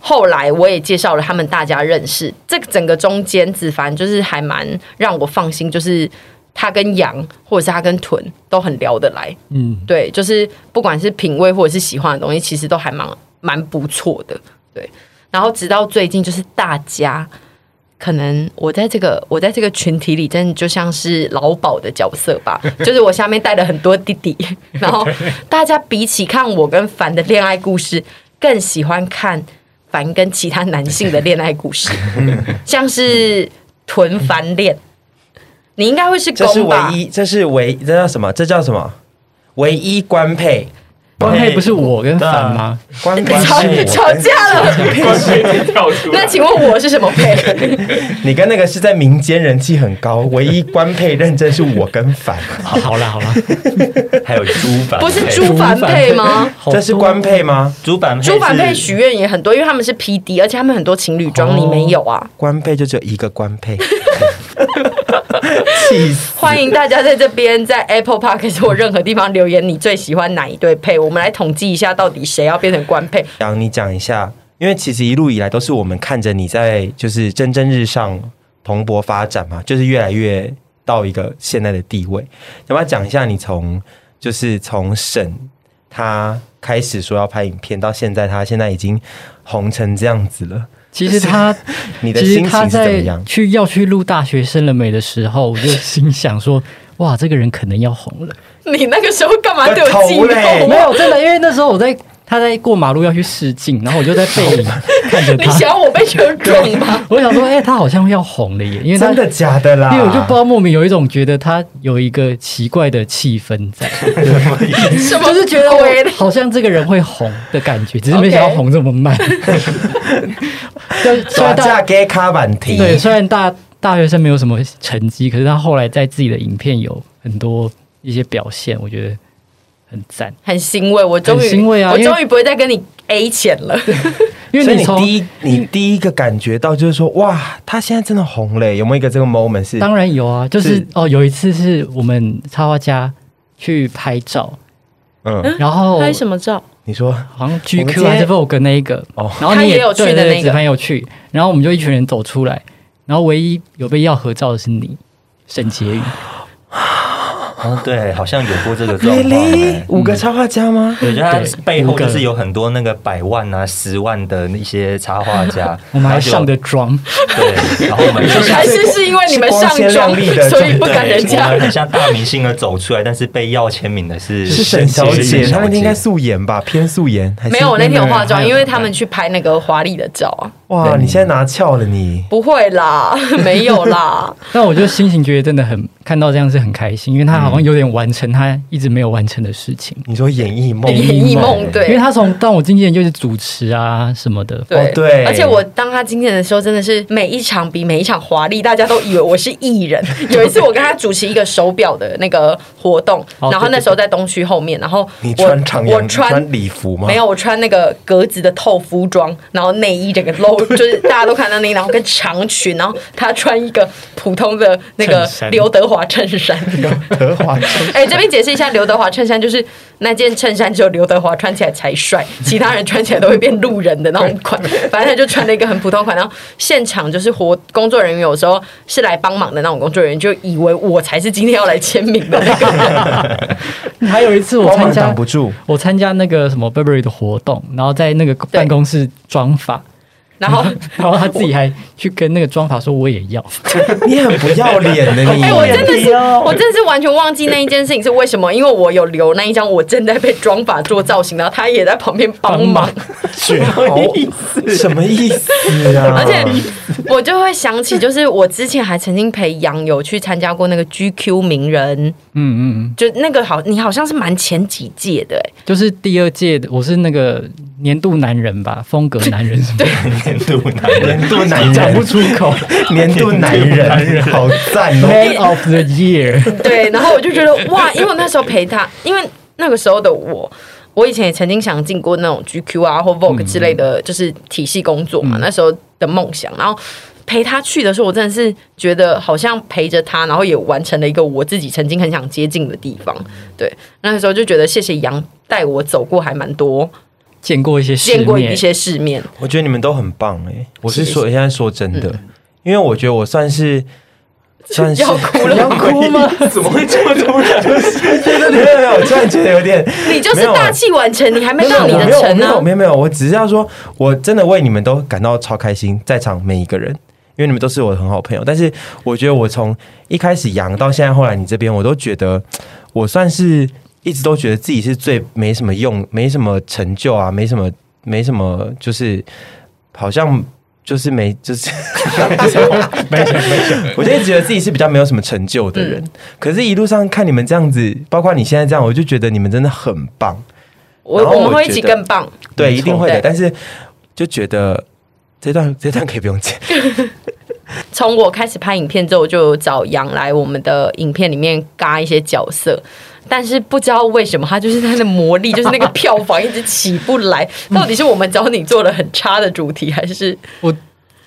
后来我也介绍了他们大家认识，这个整个中间子凡就是还蛮让我放心，就是他跟杨或者是他跟屯都很聊得来，嗯，对，就是不管是品味或者是喜欢的东西，其实都还蛮蛮不错的，对。然后直到最近，就是大家可能我在这个我在这个群体里，真的就像是老鸨的角色吧， 就是我下面带了很多弟 弟，然后大家比起看我跟凡的恋爱故事，更喜欢看凡跟其他男性的恋爱故事，像是臀凡恋。你应该会是这是公唯吧？一，这是唯，这叫什么？这叫什么？唯一官配，官配不是我跟凡吗？官配 吵吵架 了，跳出那请问我是什么配？ 你跟那个是在民间人气很高，唯一官配认证是我跟凡，好啊好啦好 啦，还有猪版，不是猪凡配吗？好多啊这是官配吗？猪版，猪凡配许愿也很多，因为他们是 P D，而且他们很多情侣装，哦你没有啊？官配就只有一个官配， 气死！欢迎大家在这边在 Apple Park 或任何地方留言，你最喜欢哪一对配？我们来统计一下，到底谁要变成官配？ 杨，你讲一下，因为其实一路以来都是我们看着你在就是蒸蒸日上、蓬勃发展嘛，就是越来越到一个现在的地位。要不要讲一下你从就是从沈他开始说要拍影片到现在，他现在已经红成这样子了，其实他，你的其实心他情是怎么在样？去要去录《大学生了没》的时候，我 就心想说，哇，这个人可能要红了。你那个时候干嘛对我激 我头嘞动没？有，真的，因为那时候我在他在过马路要去试镜，然后我就在背影 看着你他，想我被车撞 吗？我想说，哎、他好像要红了耶，因为他真的啊假的啦？因为我就不知道莫名有一种觉得他有一个奇怪的气氛在，什么？就是觉得鬼我好像这个人会红的感觉，只是没想到 OK 红这么 慢。 就虽耍然架大给卡板提，对，虽然大大学生没有什么成绩，可是他后来在自己的影片有很多一些表现，我觉得很赞。很欣慰，我终于很欣慰啊我因为终于不会再跟你 A 钱了。因所为以你从第一你第一个感觉到就是说，哇，他现在真的红了耶，有没有一个这个 moment 是？当然有啊，就是是哦，有一次是我们插画家去拍照，嗯，然后拍什么照？你说好像我们今 GQ 天还是 Vogue 那一个，哦然后他你也有去的对对那对个子凡有去，然后我们就一群人走出来，然后唯一有被要合照的是你，沈婕妤，哦，对，好像有过这个状况。哎五个插画家吗？对，就他对背后五个就是有很多那个百万啊、十万的一些插画家，我们还然后就上的妆，对，然后我们就像还是是因为你们上是光鲜妆亮丽，的所以不对敢人我家们很像大明星的走出来，但是被要签名的是是沈小沈姐，她那天应该素颜吧，偏素颜还是没有，我那天有化还妆，有因为他们去拍那个华丽的照啊。哇，你现在拿翘了你。不会啦， 没有啦。但我就心情觉得真的很看到这样是很开心，因为他好像有点完成他一直没有完成的事情，你说演艺梦，演艺梦，因为对。他从当我经纪人就是主持啊什么的，对、哦对而且我当他经纪人的时候，真的是每一场比每一场华丽，大家都以为我是艺 人。有一次我跟他主持一个手表的那个活动，哦然后对对那时候在东区后面，然后你我穿长我洋，你穿礼服吗？ 没有，我穿那个格子的透肤装，然后内衣整个露就是大家都看到那一档跟长裙，然后她穿一个普通的那个衬衫刘德华衬 衫。德华中 哎、这边解释一下，刘德华衬衫就是那件衬衫只有刘德华穿起来才帅，其他人穿起来都会变路人的那种款。反正他就穿了一个很普通款，然后现场就是活工作人员有时候是来帮忙的那种工作人员，就以为我才是今天要来签名的那个。还有一次我光参芒加挡不住，我参加那个什么 Burberry 的活动，然后在那个办公室装法，然后，然后他自己还去跟那个装法说我也要，你很不要脸的 你。哎、我真的是，我真的是完全忘记那一件事情是为什么，因为我有留那一张我正在被妆发做造型，然后他也在旁边帮忙。学什么意思啊？而且嗯我就会想起，就是我之前还曾经陪杨友去参加过那个 GQ 名人，嗯嗯嗯，就那个好，你好像是蛮前几届的、欸，就是第二届的，我是那个年度男人吧，风格男人什么的，年度男人，年度男讲不人，出口年度男人，好赞哦！ Man of the Year，对。然后我就觉得哇，因为我那时候陪他，因为那个时候的我。我以前也曾经想进过那种 GQ 啊或嗯 Vogue 之类的，就是体系工作嘛，那时候的梦想。然后陪他去的时候，我真的是觉得好像陪着他，然后也完成了一个我自己曾经很想接近的地方。对，那时候就觉得谢谢杨带我走过还蛮多见过一些世见过面一，些世面，我觉得你们都很棒哎、我是嗯谢谢说，现在说真的，因为我觉得我算 是算是要哭了，哭吗？ 怎么会这么突 然？没有没有，我突然觉得有点，你就是大器晚成，你还没到没你有的啊没有成没呢、有没有没有，我只是要说，我真的为你们都感到超开心，在场每一个人。因为你们都是我的很好朋友，但是我觉得我从一开始阳到现在，后来你这边，我都觉得我算是一直都觉得自己是最没什么用、没什么成就啊，没什么、没什么，就是好像就是没 就是没事没事，我就一直觉得自己是比较没有什么成就的嗯人，可是，一路上看你们这样子，包括你现在这样，我就觉得你们真的很棒，我然后我们我会一觉起得更棒。对，没错一定会的。对但是就觉得这段这段可以不用剪，从我开始拍影片之后，我就找杨来我们的影片里面嘎一些角色。但是不知道为什么，他就是他的魔力，就是那个票房一直起不来。嗯到底是我们找你做了很差的主题，还是我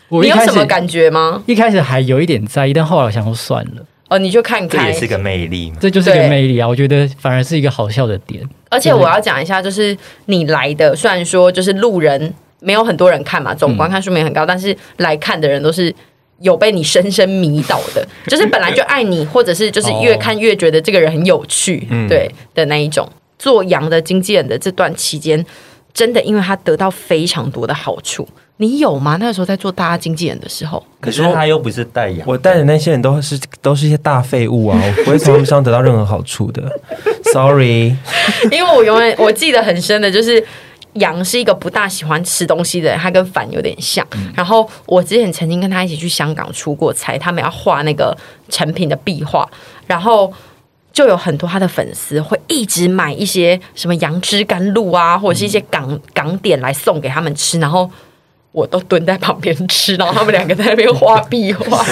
我你一有开什么始感觉吗？一开始还有一点在意，但后来我想说算了，哦，你就看这开也。是个魅力嘛。这就是一对个魅力啊，我觉得反而是一个好笑的点，而且我要讲一下，就是你来的，虽然说就是路人没有很多人看嘛，总观看数没有很高，但是来看的人都是。有被你深深迷倒的，就是本来就爱你，或者是就是越看越觉得这个人很有趣，对的那一种。做羊的经纪人的这段期间，真的因为他得到非常多的好处，你有吗？那个时候在做大家经纪人的时候，可是他又不是带养，？我带的那些人都是都是一些大废物啊，我不会从他们身上得到任何好处的。Sorry， 因为我永远我记得很深的就是。羊是一个不大喜欢吃东西的人，他跟凡有点像。然后我之前曾经跟他一起去香港出过差，他们要画那个成品的壁画，然后就有很多他的粉丝会一直买一些什么杨枝甘露啊，或者是一些港港点来送给他们吃，然后我都蹲在旁边吃，然后他们两个在那边画壁画。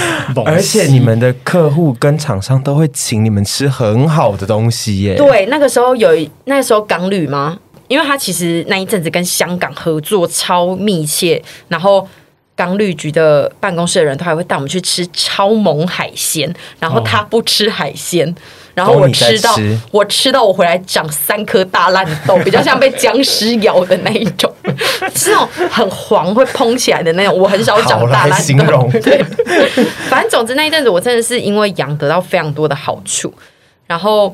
而且你们的客户跟厂商都会请你们吃很好的东西耶、对，啊那个时候有一那个时候港旅吗？因为他其实那一阵子跟香港合作超密切，然后港旅局的办公室的人都还会带我们去吃超萌海鲜，然后他不吃海鲜，然后都我哦你在吃到吃我吃到我回来长三颗大烂痘，比较像被僵尸咬的那一种， 是那种很黄会蓬起来的那种，我很少好长大来烂形痘。容， 对，啊反正总之那一阵子，我真的是因为羊得到非常多的好处。然后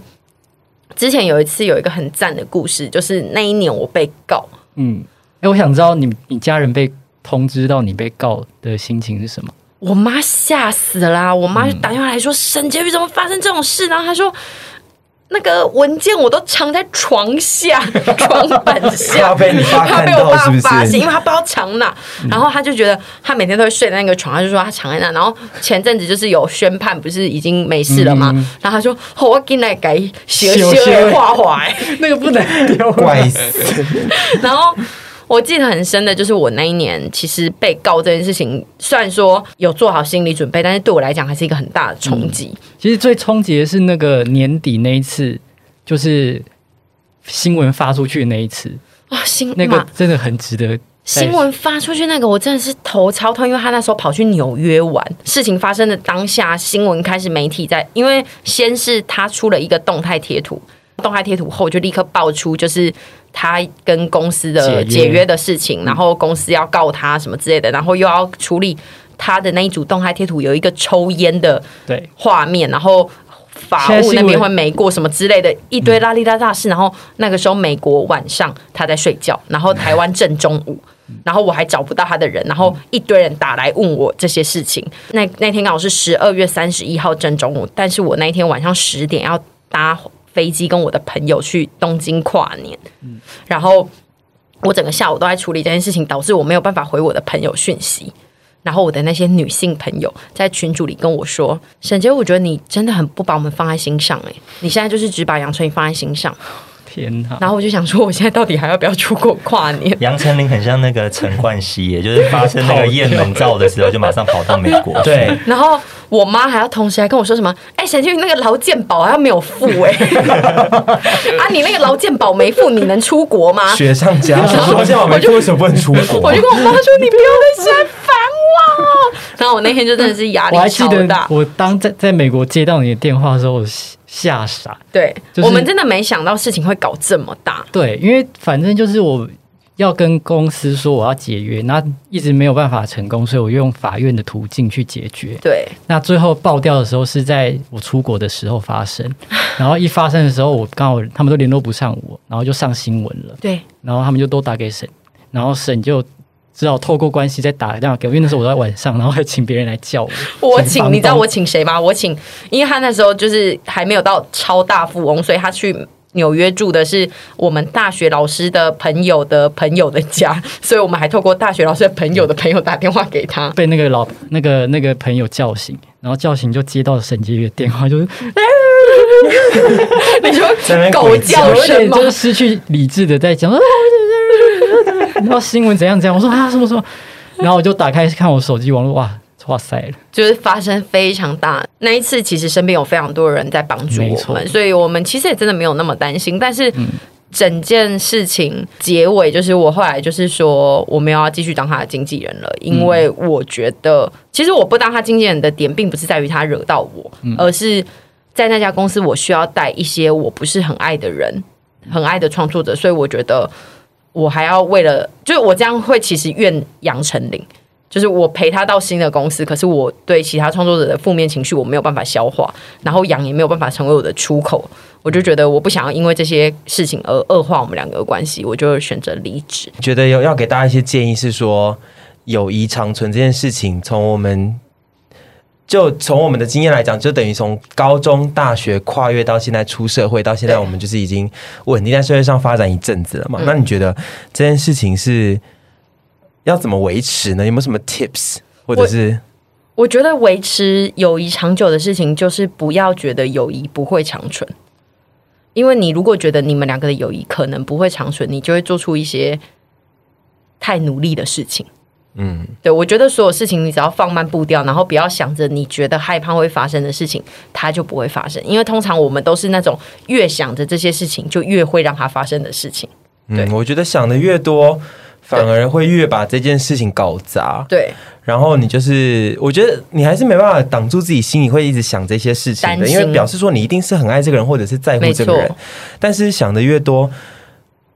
之前有一次有一个很赞的故事，就是那一年我被告，嗯，哎，我想知道你你家人被通知到你被告的心情是什么？我妈吓死了啊，我妈就打电话来说：“沈婕妤怎么发生这种事？”然后她说：“那个文件我都藏在床下、 床板下，怕被你爸怕被看到我爸是不是发现，因为嗯她不知道藏哪。”然后她就觉得她每天都会睡在那个床，她就说她藏在那。然后前阵子就是有宣判，不是已经没事了吗？然后她说：“哦、我进来改写写画画。” 那个不能丢，啊怪死！然后我记得很深的就是我那一年，其实被告这件事情，虽然说有做好心理准备，但是对我来讲还是一个很大的冲击。 其实最冲击的是那个年底那一次，就是新闻发出去的那一次，啊、心那那个真的很值得新闻发出去那个，我真的是头超痛，因为他那时候跑去纽约玩。事情发生的当下，新闻开始媒体在，因为先是他出了一个动态贴图，动态贴图后就立刻爆出就是他跟公司的解约解约的事情，然后公司要告他什么之类的，然后又要处理他的那一组动态贴图有一个抽烟的对，画面，然后法现在务新那闻边会没过什么之类的一堆拉里拉大事。然后那个时候美国晚上他在睡觉，然后台湾正中午。嗯然后我还找不到他的人，然后一堆人打来问我这些事情。那那天刚好是十二月三十一号正中午，但是我那一天晚上十点要搭飞机跟我的朋友去东京跨年，嗯然后我整个下午都在处理这件事情，导致我没有办法回我的朋友讯息。然后我的那些女性朋友在群组里跟我说：“沈姐，我觉得你真的很不把我们放在心上哎、你现在就是只把杨丞琳放在心上。天”哪！然后我就想说，我现在到底还要不要出国跨年 杨丞琳很像那个陈冠希耶，也就是发生那个雁门照的时候，就马上跑到美国。对，然后我妈还要同时还跟我说什么：“哎、沈姐，你那个劳健保还要没有付 哎、啊，你那个劳健保没付，你能出国吗？”雪上加 霜。说像我们为什么不能出国我就？跟我妈说：“你不要再现在烦我。”然后我那天就真的是压我还力记超得大。我当在在美国接到你的电话的时候，我吓吓傻。对、就是我们真的没想到事情会搞这么大。对，因为反正就是我要跟公司说我要解约，那一直没有办法成功，所以我用法院的途径去解决。对，那最后爆掉的时候是在我出国的时候发生，然后一发生的时候，我刚好他们都联络不上我，然后就上新闻了，对，然后他们就都打给沈，然后沈就只好透过关系再打电话给我，因为那时候我在晚上，然后还请别人来叫我。我请请，房你知道东我请谁吗？我请，因为他那时候就是还没有到超大富翁，所以他去纽约住的是我们大学老师的朋友的朋友的家， 所以我们还透过大学老师的朋友的朋友打电话给他。被那个老那个那个朋友叫醒，然后叫醒就接到沈杰宇的电话，就是你说那 边狗叫有一声点吗 就？是失去理智的在讲，啊然后新闻怎样怎样，我说啊什么什么，然后我就打开看我手机网络，哇哇塞了，就是发生非常大。那一次，其实身边有非常多人在帮助没我错嗯们，所以我们其实也真的没有那么担心。但是整件事情结尾，就是我后来就是说，我没有要继续当他的经纪人了，因为嗯我觉得，其实我不当他经纪人的点，并不是在于他惹到我，嗯而是在那家公司，我需要带一些我不是很爱的人，很爱的创作者，所以我觉得。我还要为了，就是我这样会其实怨杨丞琳，就是我陪他到新的公司，可是我对其他创作者的负面情绪我没有办法消化，然后养也没有办法成为我的出口，我就觉得我不想要因为这些事情而恶化我们两个的关系，我就选择离职。觉得有要给大家一些建议是说，友谊长存这件事情，从我们就从我们的经验来讲，就等于从高中、大学跨越到现在出社会，到现在对我们就是已经稳定在社会上发展一阵子了嘛。那你觉得这件事情是要怎么维持呢？有没有什么 tips？或者是我觉得维持友谊长久的事情，就是不要觉得友谊不会长存，因为你如果觉得你们两个的友谊可能不会长存，你就会做出一些太努力的事情。嗯，对，我觉得所有事情你只要放慢步调，然后不要想着你觉得害怕会发生的事情，它就不会发生。因为通常我们都是那种越想着这些事情，就越会让它发生的事情。嗯，我觉得想的越多，反而会越把这件事情搞砸。对，然后你就是，我觉得你还是没办法挡住自己心里会一直想这些事情担的，心因为表示说你一定是很爱这个人，或者是在乎这个没人错。但是想的越多，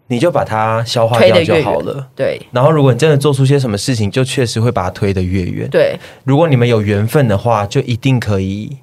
你就把它消化推掉得就越好远了。对，然后，如果你真的做出些什么事情，就确实会把它推得越远。对，如果你们有缘分的话，就一定可以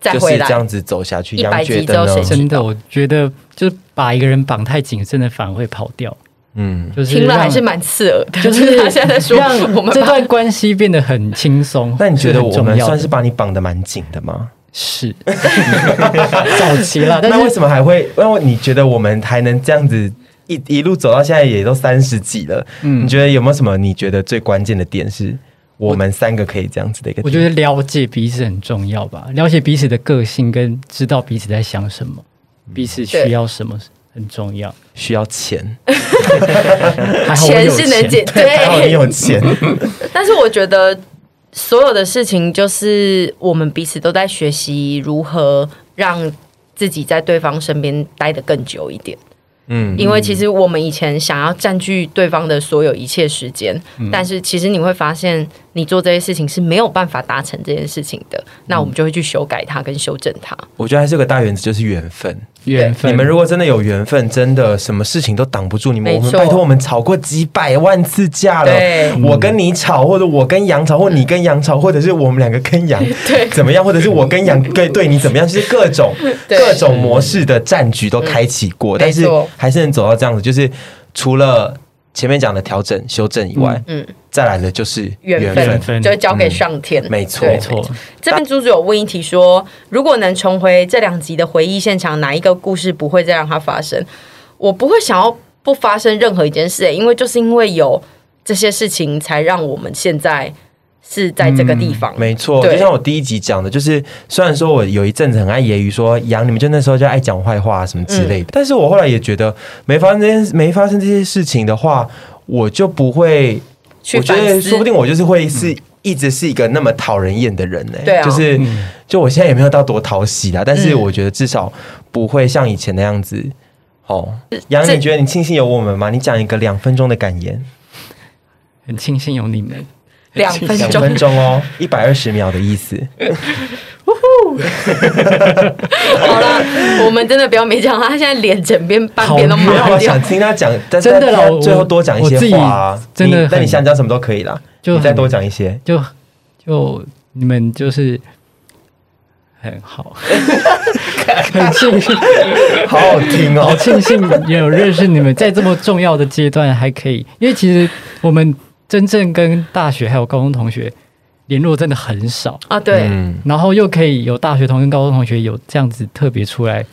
再就是回这来。样子走下去。 100杨觉集之后得谁知呢？真的我觉得就是把一个人绑太紧，真的反而会跑掉，嗯，就是听了还让是蛮刺耳的，就就是是他现在在说 让我们这把段关系变得很轻松。那你觉是得很我重们要的算是把你绑得蛮紧的吗？是 早期啊了，但那为是什么还会？因为你觉得我们还能这样子一一路走到现在，也都三十几了，嗯你觉得有没有什么？你觉得最关键的点是我们三个可以这样子的一个点？我觉得了解彼此很重要吧，了解彼此的个性跟知道彼此在想什么，彼此需对要什么很重要。需要 钱，还哎好我钱有是能解， 还哦好你对。哎有钱，但是我觉得所有的事情就是我们彼此都在学习如何让自己在对方身边待得更久一点。嗯，因为其实我们以前想要占据对方的所有一切时间，但是其实你会发现，你做这些事情是没有办法达成这件事情的，那我们就会去修改它跟修正它。我觉得还是有个大原则，就是缘分。缘分。你们如果真的有缘分，真的什么事情都挡不住你们。没我们错拜托，我们吵过几百万次架了对。我跟你吵，或者我跟杨吵，或你跟杨吵，或者是我们两个跟 杨怎么样，或者是我跟杨对对你怎么样，就是各种 对嗯各种模式的战局都开启过，但是没错还是能走到这样子。就是除了前面讲的调整、修正以外，嗯，再来的就是缘缘分分就会交给上天，没错对没错，这边猪猪有问一题说，如果能重回这两集的回忆现场，哪一个故事不会再让它发生？我不会想要不发生任何一件事、欸因为就是因为有这些事情，才让我们现在是在这个地方。嗯没错，对就像我第一集讲的，就是虽然说我有一阵子很爱揶揄说杨，你们就那时候就爱讲坏话啊什么之嗯类的，但是我后来也觉得没发生这件没发生这些事情的话，我就不会，去我觉反得思嗯说不定我就是会是。一直是一个那么讨人厌的人呢、欸对啊嗯就是嗯就我现在也没有到多讨喜啦，但是我觉得至少不会像以前那样子。哦，杨，这你觉得你庆幸有我们吗？你讲一个两分钟的感言，很庆幸有你们。两分两钟分，钟哦，一百二十秒的意思。 好啦，我们真的不要勉强他，他现在脸整边半边都哦没有麻掉我想。听他 讲，但真的啦但我最后多讲一我自些己话啊。真的你那你很想讲什么都可以啦，就你再很多讲一 些。就就你们就是很 好，很庆幸，好好听好哦，庆幸有认识你们，在这么重要的阶段还可以，因为其实我们真正跟大学还有高中同学联络真的很少，啊，对，嗯然后又可以有大学同学跟高中同学有这样子特别出来，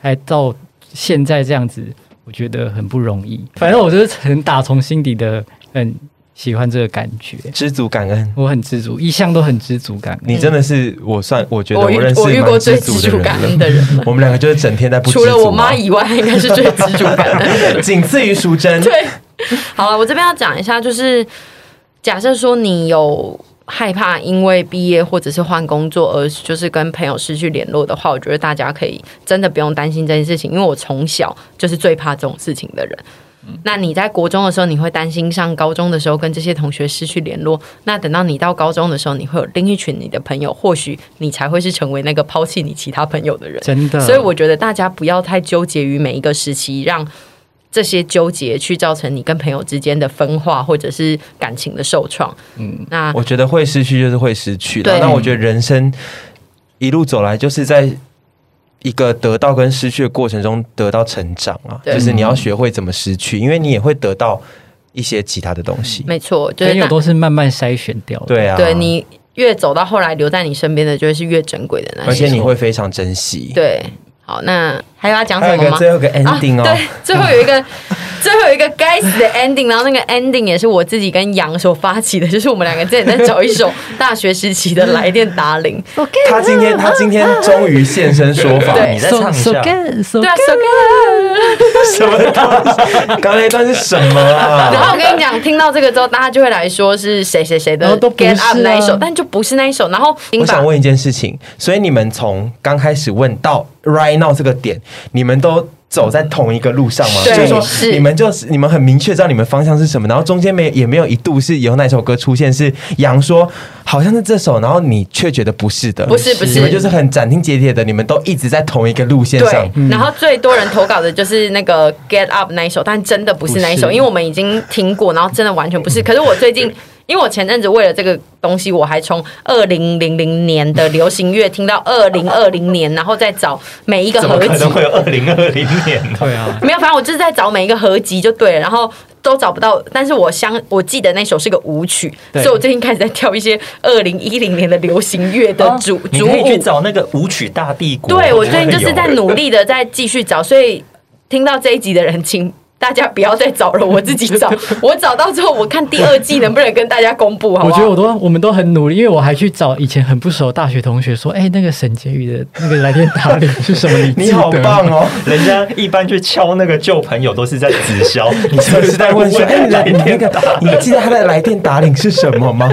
还到现在这样子，我觉得很不容易。反正我就是很打从心底的很喜欢这个感觉。知足感恩。我很知足，一向都很知足感。你真的是我算，我觉得我遇认识我遇过蛮最知知足的足人感了恩的人了，我们两个就是整天在不知除了足我妈啊，以外，应该是最知足感恩。 仅次于淑珍。对，好啊了，我这边要讲一下，就是假设说你有害怕因为毕业或者是换工作而就是跟朋友失去联络的话，我觉得大家可以真的不用担心这件事情，因为我从小就是最怕这种事情的人。嗯那你在国中的时候，你会担心上高中的时候跟这些同学失去联络。那等到你到高中的时候，你会有另一群你的朋友，或许你才会是成为那个抛弃你其他朋友的人。真的，所以我觉得大家不要太纠结于每一个时期，让这些纠结去造成你跟朋友之间的分化或者是感情的受创。嗯，那我觉得会失去就是会失去啦对那我觉得人生一路走来，就是在一个得到跟失去的过程中得到成长啊，对就是你要学会怎么失去，因为你也会得到一些其他的东西。没错，就是朋友大都是慢慢筛选掉的。对啊，嗯对你越走到后来，留在你身边的就会是越珍贵的那而些。且你会非常珍惜。，对，好，那还有要讲还有什一么个吗？最后一个 ending 哦，啊、 对，最后有一个，最后有一个该死的 ending，然后那个 ending 也是我自己跟杨所发起的，就是我们两个之前在找一首大学时期的来电打 铃，他今天他今天终于现身说 法，对你再唱一下，对啊，so good。什么东西？刚那一段是什么然啊？后我跟你讲，听到这个之后，大家就会来说是谁谁谁的然后都《不是啊 Get Up》那一首，但就不是那一首。然后我金想榜问一件事情，所以你们从刚开始问到 right now 这个点，你们都走在同一个路上吗？对就是说是你们就是你们很明确知道你们方向是什么，然后中间没也没有一度是有哪首歌出现是杨说好像是这首，然后你却觉得不是的，不是不是你们就是很斩钉截铁的，你们都一直在同一个路线上啊对。，嗯然后最多人投稿的就是那个《Get Up》那一首，但真的不是那一首，不是因为我们已经听过，然后真的完全不是。可是我最近。因为我前阵子为了这个东西，我还从二零零零年的流行乐听到二零二零年，然后再找每一个怎么合可集能，会有二零二零年呢？对啊，没有，反正我就是在找每一个合集就对了，然后都找不到。但是我相我记得那首是个舞曲，所对以我最近开始在跳一些二零一零年的流行乐的哦主、哦你主可以去舞。找那个舞曲大帝国。啊对我就最近会就是有欸在努力的在继续找，所以听到这一集的人，请。大家不要再找了，我自己找。我找到之后，我看第二季能不能跟大家公布，好我不觉好？得我都我们都很努力，因为我还去找以前很不熟的大学同学说，哎、那个沈婕妤的那个来电打铃是什么？你你好记得吗棒！哦！人家一般去敲那个旧朋友都是在直销，你这是在 问说，哎、你来来你那电个，你记得他的来电打铃是什 么吗？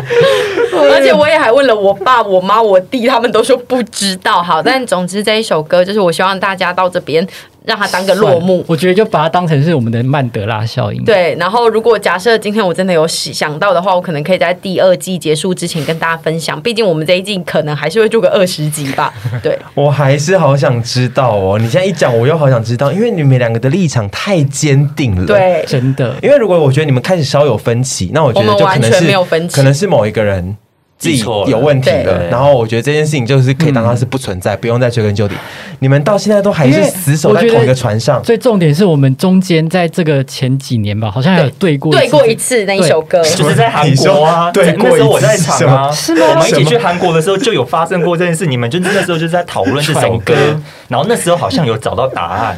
而且我也还问了我爸、我妈、我弟，他们都说不知道。好，但总之这一首歌就是我希望大家到这边让它当个落幕。我觉得就把它当成是我们的曼德拉效应。，对，然后如果假设今天我真的有想到的话，我可能可以在第二季结束之前跟大家分享。毕竟我们这一季可能还是会做个二十集吧。对，我还是好想知道哦。你现在一讲，我又好想知道，因为你们两个的立场太坚定了。。对，真的。因为如果我觉得你们开始稍有分歧，那我觉得我们就可完能全是没有分歧可能是某一个人自己记错了有问题了。对然后我觉得这件事情就是可以当它是不存在，不用再追根嗯究底。你们到现在都还因是为死守在我觉得同一个船上，最重点是我们中间在这个前几年吧，好像还有对过对过一次次那一首歌，就是在韩国啊，你说对在那时候过一我次在场啊，是吗我们一起去韩国的时候就有发生过这件事，你们就那时候就在讨论这首歌帅哥，然后那时候好像有找到答案，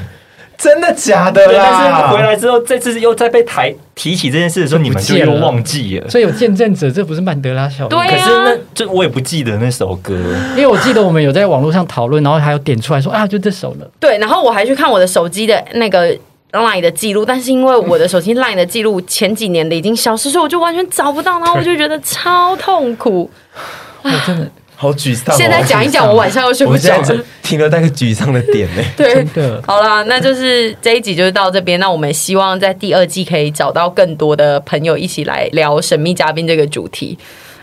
真的假的对，啊但啦？是回来之后，这次又再被台提起这件事的时候，你们就又忘记了。所以有见证者，这不是曼德拉效应。对可啊是那就我也不记得那首歌，因为我记得我们有在网络上讨论，然后还有点出来说啊，就这首 了。对，然后我还去看我的手机的那个 Line 的记录，但是因为我的手机 Line 的记录前几年的已经消失，所以我就完全找不到，然后我就觉得超痛苦。我真的好沮丧哦、现在讲一讲，我晚上又睡我不们着现。在停留在一个沮丧的点 呢、对真，的好啦，那就是这一集就是到这边。那我们希望在第二季可以找到更多的朋友一起来聊神秘嘉宾这个主题。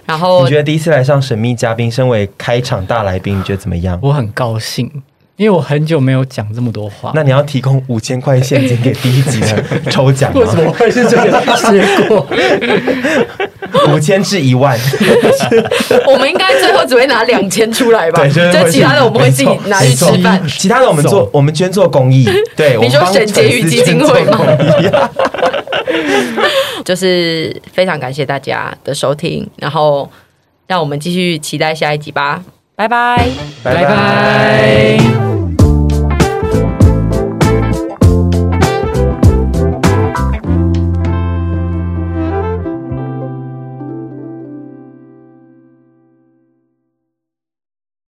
然后你觉得第一次来上神秘嘉宾，身为开场大来宾，你觉得怎么样？我很高兴，因为我很久没有讲这么多话。那你要提供五千块现金给第一集 的抽奖为什吗？么会是这个 结果？五千至一万，我们应该最后只会拿两千出来吧？ 对，就是会就其他的我们会自己没错拿去吃没饭错。其他的我们做，我们捐做公益。对，我你们说帮沈婕妤粉丝基金捐做会吗公益 啊就是非常感谢大家的收听，然后让我们继续期待下一集吧，拜拜。拜拜